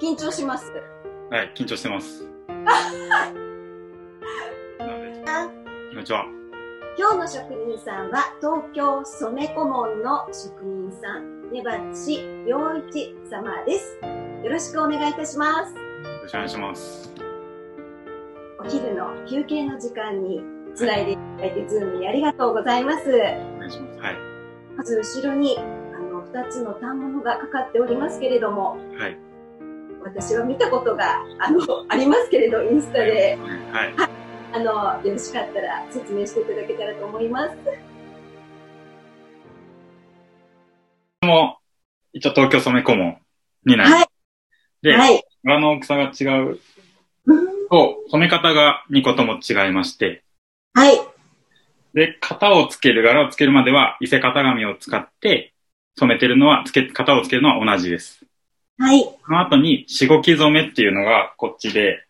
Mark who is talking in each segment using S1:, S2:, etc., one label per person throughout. S1: 緊張します。
S2: はい、緊張してます。なので、こんにちは。
S1: 今日の職人さんは、東京染小門の職人さん、根鉢良一様です。よろしくお願いいたします。
S2: よろしくお願いします。
S1: お昼の休憩の時間につないでいただいて、ズームにありがとうございます。
S2: お願いします。はい。
S1: まず後ろに、あの、二つの反物がかかっておりますけれども、
S2: はい。
S1: 私は見たことが、あの、ありますけれど、インスタで、
S2: はい。
S1: あの、よろしかったら説明していただけたらと思います。
S2: 一応東京染め顧問になります。
S1: はい。
S2: で、
S1: はい。
S2: 柄の大きさが違う
S1: うん
S2: と、染め方が2個とも違いまして、
S1: はい。
S2: で、型をつける、柄をつけるまでは、伊勢型紙を使って、染めてるのは、つけ、型をつけるのは同じです。
S1: はい。
S2: その後に、しごき染めっていうのがこっちで、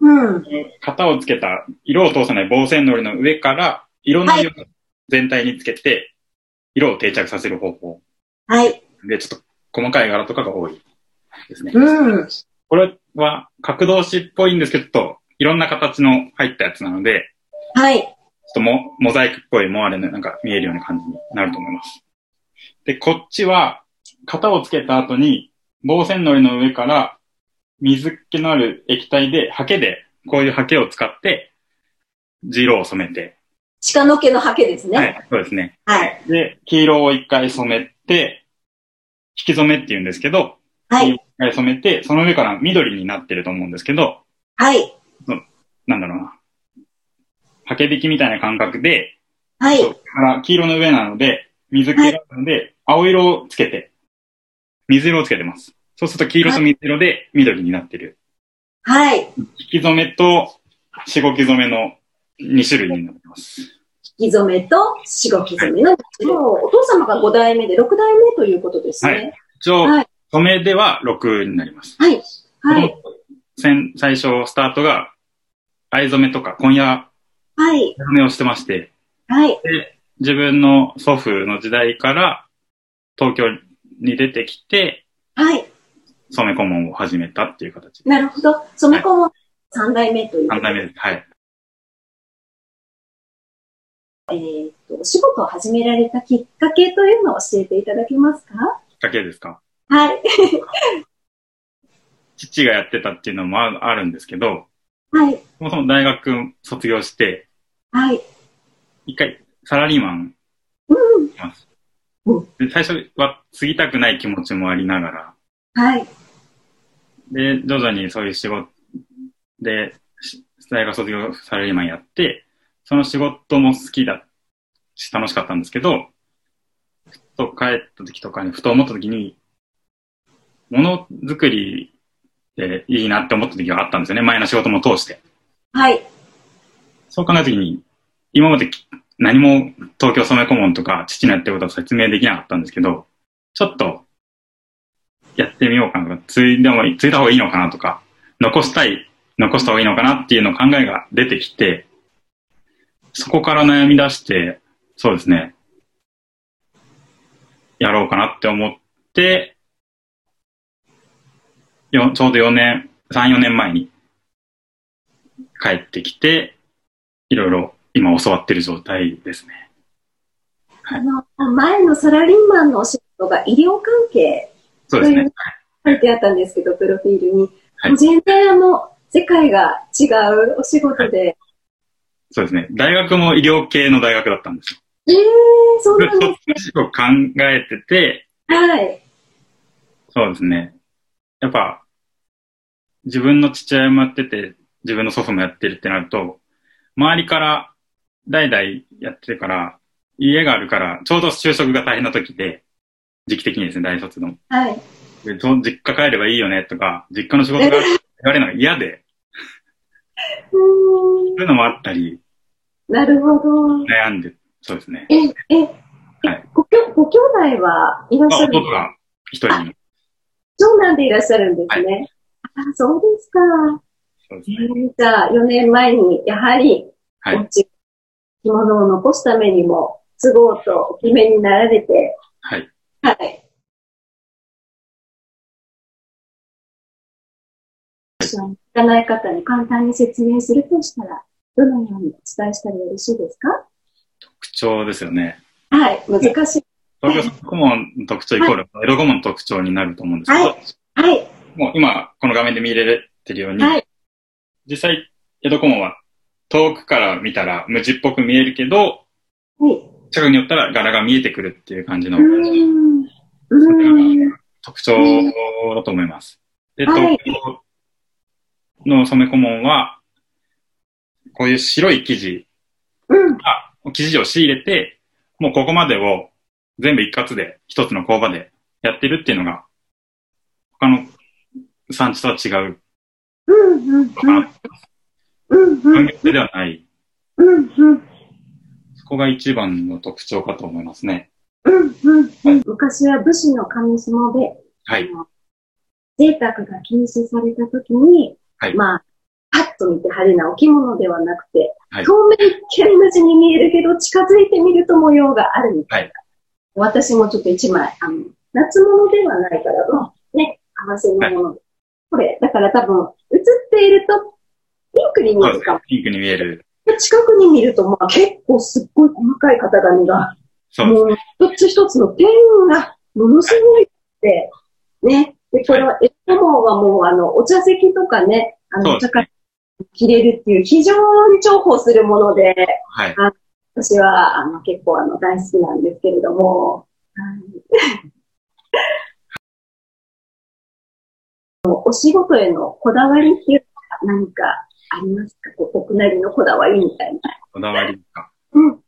S1: うん。
S2: 型をつけた色を通さない防染糊の上から色の色を全体につけて色を定着させる方法
S1: はい。
S2: でちょっと細かい柄とかが多いですね。
S1: うん。
S2: これは角同士っぽいんですけどちょっといろんな形の入ったやつなので
S1: はい。
S2: ちょっとモモザイクっぽいモアレのなんか見えるような感じになると思います。で、こっちは型をつけた後に防染糊の上から水気のある液体で刷毛でこういう刷毛を使って色を染めて
S1: 鹿の毛のハケです
S2: は
S1: ね。
S2: い、そうですね。
S1: はい。
S2: で、黄色を一回染めて、引き染めって言うんですけど、
S1: は
S2: 黄色
S1: い
S2: を。一回染めて、その上から緑になってると思うんですけど、
S1: はい。
S2: なんだろうな。刷毛引きみたいな感覚で、
S1: はい。
S2: から黄色の上なので、水気があるので、青色をつけて、水色をつけてます。そうすると黄色と水色で緑になってる。
S1: はい。
S2: 引き染めと、しごき染めの2種類になってます。
S1: 引き染めとしごき染めの、もうお父様が5代目で6代目ということですね。
S2: 一応、
S1: はい
S2: 染めでは6になります。
S1: はい。はい。
S2: 先最初、スタートが、藍染めとか、今夜
S1: はい。
S2: 染めをしてまして、
S1: はい。
S2: 自分の祖父の時代から、東京に出てきて、
S1: はい。
S2: 染め顧問を始めたっていう形。
S1: なるほど。染め子も3代目ということ
S2: 3
S1: で。
S2: 代目です。はい。
S1: えっと、お仕事を始められたきっかけというのを教えていただけますか
S2: きっかけですか。
S1: はい。
S2: 父がやってたっていうのもああるんですけど、
S1: はい。
S2: そもそも大学卒業して、
S1: はい。
S2: 一回サラリーマン
S1: うん。
S2: します
S1: うん。
S2: で最初は継ぎたくない気持ちもありながら、
S1: はい。
S2: で、徐々にそういう仕事で、し大学卒業サラリーマンやって、その仕事も好きだし、楽しかったんですけど、ふと帰った時とかに、ふと思った時に、ものづくりでいいなって思った時があったんですよね。前の仕事も通して。
S1: はい。
S2: そう考えた時に、今までき何も東京染め顧問とか父のやってることは説明できなかったんですけど、ちょっとやってみようかなとか、ついでも、ついた方がいいのかなとか、残したい、残した方がいいのかなっていうの考えが出てきて、そこから悩み出して、そうですね、やろうかなって思って、よちょうど4年、3、4年前に帰ってきて、いろいろ今教わってる状態ですね。
S1: あの、前のサラリーマンのお仕事が医療関係
S2: そうですね。
S1: 書いてあったんですけど、プロフィールに。
S2: はい
S1: もう全然あの、世界が違うお仕事で。
S2: そうですね。大学も医療系の大学だったんですよ。
S1: ええー、そうなんで
S2: そっちを考えてて、
S1: す。はい。
S2: そうですね。やっぱ、自分の父親もやってて、自分の祖父もやってるってなると、周りから代々やってるから、家があるから、ちょうど就職が大変な時で、時期的にですね、大卒の。
S1: はい。
S2: でそう実家帰ればいいよねとか、実家の仕事があるって言われるのが嫌で、
S1: うーん
S2: そういうのもあったり、
S1: なるほど。
S2: 悩んで、そうですね。
S1: え、え、え
S2: はい
S1: ごきょご兄弟はいらっ
S2: まあ、
S1: しゃる
S2: 弟が一人います
S1: 長男でいらっしゃるんですね。あ、そうですか。
S2: そうです
S1: え
S2: ね。
S1: ーじゃあ、4年前に、やはり、
S2: はい
S1: お家着物を残すためにも、都合とお決めになられて、
S2: はい。
S1: はい。者の知らない方に簡単に説明するとしたら、どのようにお伝えしたらよろしいですか
S2: 特徴ですよね。
S1: はい、難しい。
S2: 東京ソメコモンの特徴イコール、エロゴモンの特徴になると思うんですけど、
S1: ははい、
S2: もう今、この画面で見れてるように、
S1: はい、
S2: 実際、エロゴモンは遠くから見たら無地っぽく見えるけど、
S1: はい。
S2: 近くに寄ったら柄が見えてくるっていう感じ
S1: う
S2: の
S1: ーん。うーん。
S2: 特徴だと思います。で、
S1: はい
S2: 東京の染め小紋は、こういう白い生地、
S1: うん。
S2: 生地を仕入れて、もうここまでを全部一括で、一つの工場でやってるっていうのが、他の産地とは違う、
S1: うん。うん。
S2: 他の
S1: うん。う
S2: 産
S1: ん。
S2: 業ではない、
S1: うん。うん。
S2: そこが一番の特徴かと思いますね。
S1: うんうんうん昔は武士の神相で、
S2: はい。
S1: 贅沢が禁止された時に、
S2: はい
S1: まあ、パッと見て派手なお着物ではなくて、
S2: はい
S1: 透明剣無地に見えるけど、近づいてみると模様があるみたいな。私もちょっと一枚、あの、夏物ではないから、まあ、ね、合わせのもの。これ、だから多分、映っていると、ピンクに見
S2: そ
S1: え
S2: うで
S1: る
S2: す
S1: か
S2: ね。ピンクに見える。
S1: も。近くに見ると、まあ結構すっごい細かい型紙が
S2: そうです
S1: もう一つ一つのペンがものすごいって、ね。で、これは、エッモンはもう、あの、お茶席とかね、あ
S2: そ
S1: の、
S2: うです
S1: 茶会に着れるっていう非常に重宝するもので、
S2: はい。
S1: 私は、あの、結構、あの、大好きなんですけれども、はい お仕事へのこだわりっていうのは何かありますかこう僕なりのこだわりみたいな。
S2: こだわりか。
S1: うん。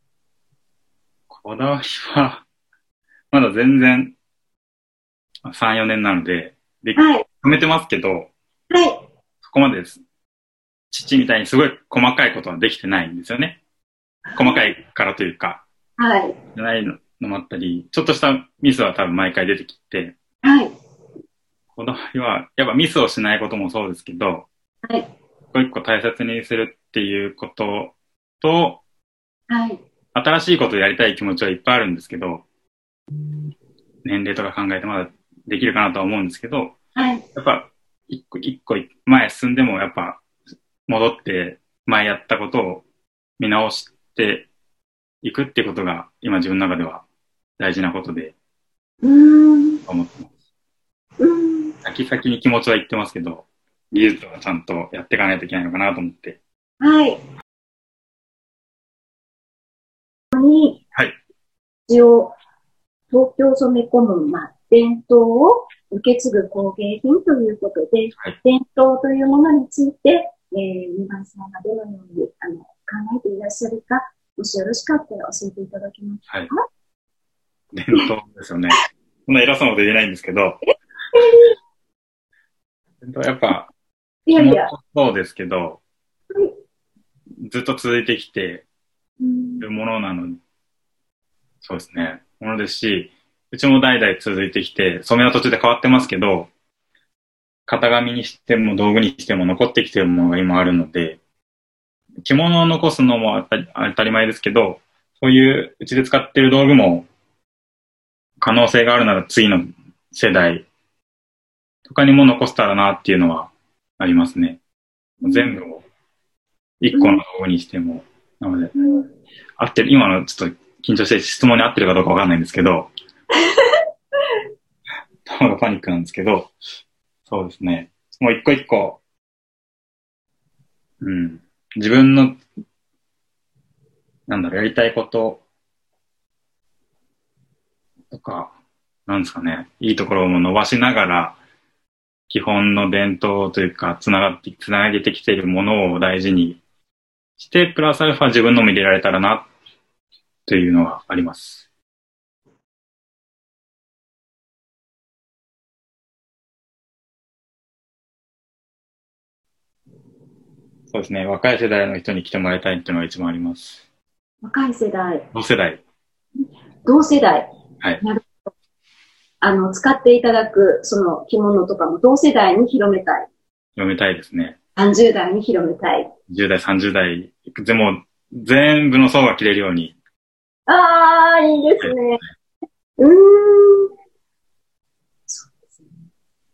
S2: こだわりは、まだ全然、3、4年なので、で、止
S1: はい。
S2: めてますけど、
S1: はい。
S2: そこまでです。父みたいにすごい細かいことはできてないんですよね。細かいからというか、
S1: はい。
S2: じゃないのもあったり、ちょっとしたミスは多分毎回出てきて、
S1: はい。
S2: こだわりは、やっぱミスをしないこともそうですけど、
S1: はい
S2: 一個一個大切にするっていうことと、
S1: はい。
S2: 新しいことをやりたい気持ちはいっぱいあるんですけど、年齢とか考えてまだできるかなとは思うんですけど、
S1: はい。
S2: やっぱ一個一個前進んでもやっぱ戻って前やったことを見直していくってことが今自分の中では大事なことで
S1: うーん。
S2: 思ってま
S1: うん。
S2: す。先々に気持ちは言ってますけど、技術はちゃんとやっていかないといけないのかなと思って。
S1: はい。に、
S2: はい。
S1: 一応、東京染め込む、まあ、伝統を受け継ぐ工芸品ということで、
S2: はい
S1: 伝統というものについて、えー、二番さんがどのようにあの考えていらっしゃるか、もしよろしかったら教えていただけます
S2: はい。伝統ですよね。そんな偉そうなこと言えないんですけど。伝統やっぱ、
S1: かいやいや、
S2: そうですけど、ずっと続いてきて
S1: うん
S2: るものなの、そうですね、ものですし、うちも代々続いてきて、染めは途中で変わってますけど、型紙にしても道具にしても残ってきてるものが今あるので、着物を残すのも当たり当たり前ですけど、そういううちで使ってる道具も可能性があるなら次の世代とかにも残せたらなっていうのはありますね。全部を一個の道具にしても、なので
S1: うん
S2: 合ってる、今のちょっと緊張して質問に合ってるかどうかわかんないんですけど、頭がパニックなんですけど、そうですね。もう一個一個、うん、自分の、なんだろう、やりたいこと、とか、なんですかね、いいところも伸ばしながら、基本の伝統というか、つながって、つなげてきているものを大事にして、プラスアルファ自分のも入れられたらな、というのはあります。そうですね。若い世代の人に来てもらいたいっていうのが一番あります。
S1: 若い世代、
S2: 同世代。
S1: 同世代、
S2: はい
S1: なるほどあの、使っていただく、その着物とかも同世代に広めたい。
S2: 読みたいですね。
S1: 30代に広めたい。
S2: 10代、30代。でも、全部の層が切れるように。
S1: ああ、いいですね。うーん。そうですね。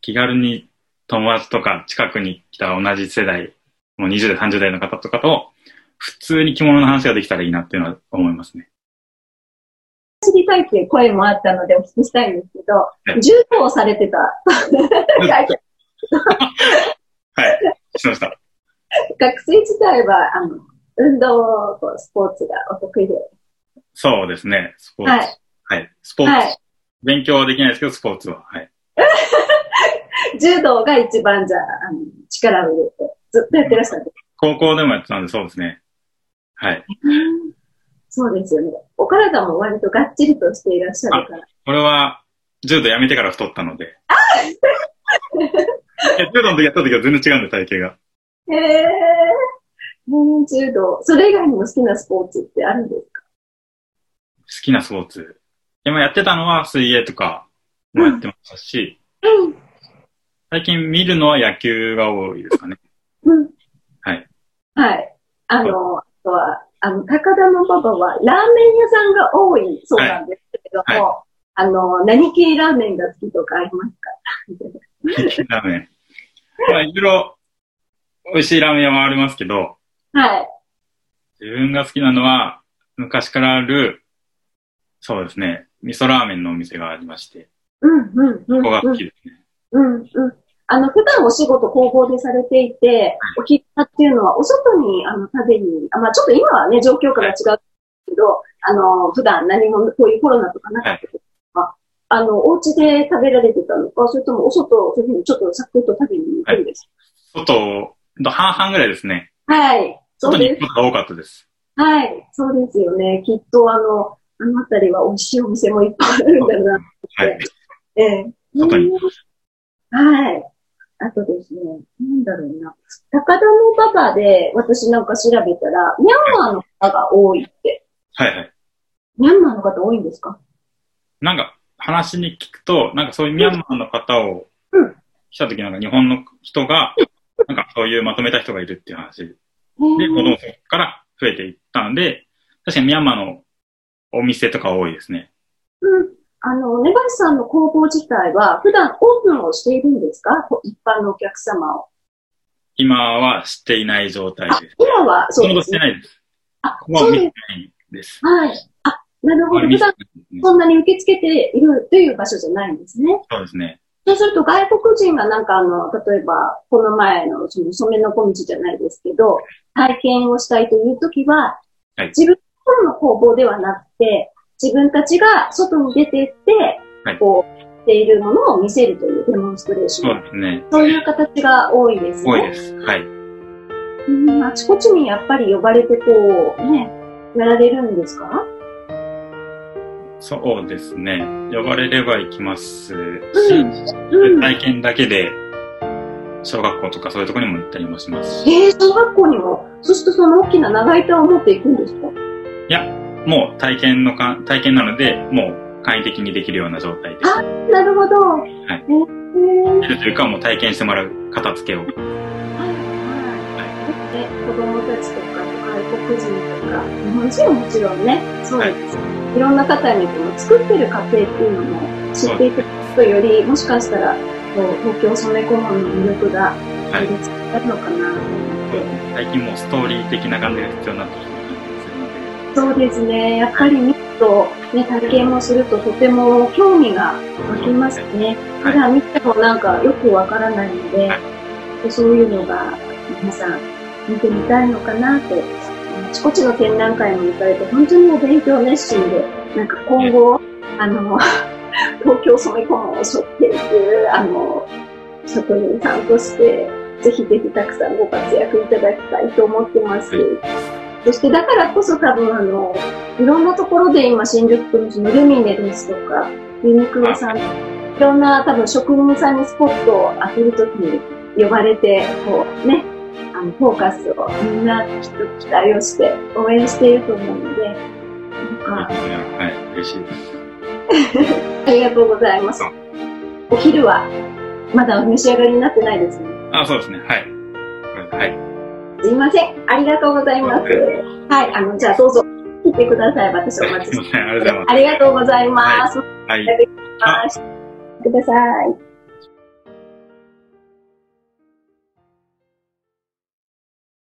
S2: 気軽に友達とか近くに来た同じ世代、もう20代、30代の方とかと、普通に着物の話ができたらいいなっていうのは思いますね。
S1: 知りたいっていう声もあったのでお聞きしたいんですけ
S2: い
S1: ど、柔道をされてた会見
S2: はい。しました。
S1: 学生時代は、あの、運動、こうスポーツがお得意で。
S2: そうですね。スポーツ。
S1: はい。
S2: はい。スポーツ。
S1: はい。
S2: 勉強はできないですけど、スポーツは。はい。
S1: 柔道が一番じゃあ、あの、力を入れて、ずっとやってらっしゃるんです。
S2: 高校でもやってたんで、そうですね。はい。
S1: そうですよね。お体も割とがっちりとしていらっしゃるから。
S2: これは、柔道やめてから太ったので。いや 柔道の時やった時は全然違うんで、体型が。
S1: へえ。うん柔道。それ以外にも好きなスポーツってあるんですか
S2: 好きなスポーツ。今やってたのは水泳とかもやってましたし、
S1: うん。
S2: 最近見るのは野球が多いですかね。
S1: うん。
S2: はい。
S1: はい。あの、あとは、あの、高田の馬場は、ラーメン屋さんが多いそうなんですけども、あの、何系ラーメンが好きとかありますか
S2: ラーメン。まあ、いろいろ美味しいラーメン屋もありますけど、
S1: はい。
S2: 自分が好きなのは、昔からある、そうですね、味噌ラーメンのお店がありまして、
S1: うん、うん、うん。
S2: ここが
S1: う
S2: 好
S1: ん
S2: きですね。
S1: うん、うん。あの、普段お仕事工房でされていて、お昼間っていうのは、お外に、あの、食べに、あまあ、ちょっと今はね、状況から違うけど、あの、普段何も、こういうコロナとかなかったけど、ああの、お家で食べられてたのか、それともお外、そういうふうにちょっとサクッと食べに行くんです
S2: 外を、半々ぐらいですね。
S1: かはい。そ
S2: 外
S1: う
S2: に
S1: で
S2: 行
S1: す。
S2: くことが多かったです。
S1: はい。そうですよね。きっと、あの、あの辺りは美味しいお店もいっぱいあるんだろうな
S2: は
S1: はい
S2: い。
S1: ええ。
S2: 外に
S1: はい。あとですね、なんだろうな。高田の馬場で私なんか調べたら、ミャンマーの方が多いって。
S2: はいはい。
S1: ミャンマーの方多いんですか
S2: なんか、話に聞くと、なんかそういうミャンマーの方を
S1: うん、
S2: 来た時なんか日本の人が、なんかそういうまとめた人がいるっていう話で、
S1: へえ
S2: 子供そこから増えていったんで、確かにミャンマーのお店とか多いですね。
S1: うん。あの、根橋さんの工房自体は、普段オープンをしているんですかこう一般のお客様を。
S2: 今はしていない状態
S1: あ
S2: です。、
S1: 今は、
S2: そ
S1: そうう
S2: で
S1: ですす
S2: ね。して
S1: ね。
S2: ないです。
S1: あ、
S2: ここ
S1: そ
S2: は
S1: う
S2: 見て
S1: です。
S2: ないです。
S1: はい。あ、なるほ
S2: こ
S1: ど。
S2: れ見
S1: 普段
S2: てないですね
S1: そんなに受け付けているという場所じゃないんですね。
S2: そうですね。
S1: そうすると外国人がなんかあの、例えば、この前のその染めの小道じゃないですけど、体験をしたいというときは、
S2: はい
S1: 自分の工房ではなくて、自分たちが外に出てって、
S2: はい
S1: こう、しているものを見せるというデモンストレーション。
S2: そうですね。
S1: そういう形が多いですね。
S2: 多いです。はい。
S1: うん、あちこちにやっぱり呼ばれてこう、ね、やられるんですか
S2: そうですね。呼ばれれば行きますし、
S1: うん。
S2: 体験だけで、小学校とかそういうところにも行ったりもしますし、
S1: えー、小学校にも、そしてその大きな長板を持っていくんですか
S2: もう体験のか、体験なので、もう簡易的にできるような状態で、
S1: あなるほど。はい。えー
S2: できるというかもう体験してもらう片付けを。
S1: はいはい。で子供たちとか外国人とか、日本人はもちろんね、そうです。い、ろんな方にこの作ってる過程っていうのも知っていくとより、もしかしたらこう東京染め込むの魅力が
S2: は
S1: よ
S2: い
S1: り。伝わるのかなと思って。
S2: 最近もうストーリー的な感じが必要になってきてる感じするので、
S1: そうですね。やっぱり見ると、ね、体験もするととても興味が湧きますね。た
S2: はい
S1: だ見てもなんかよくわからないので、
S2: はい
S1: そういうのが皆さん見てみたいのかなと。あちこちの展覧会も行かれて、本当にお勉強熱心で、なんか今後、あの、 東京染め込むを背負っている、あの、職人さんとして、ぜひぜひたくさんご活躍いただきたいと思ってます。そしてだからこそ多分あの、いろんなところで今新宿区のそのルミネですとか、ユニクロさん、いろんな多分職人さんにスポットを当てるときに呼ばれて、こうね、あの、フォーカスをみんなきっと期待をして応援していると思うので、なんか、
S2: はい、嬉しいです。
S1: ありがとうございます。お昼はまだお召し上がりになってないですね。
S2: あ、そうですね。はい。はい。
S1: すいません。ありがとうございます。はい、あの、じゃあどうぞ切ってください。私お待ち
S2: すい
S1: し
S2: ま
S1: て
S2: せん。ありがとうございま
S1: ありがとうございます。
S2: す。はい。
S1: いただきます。ください。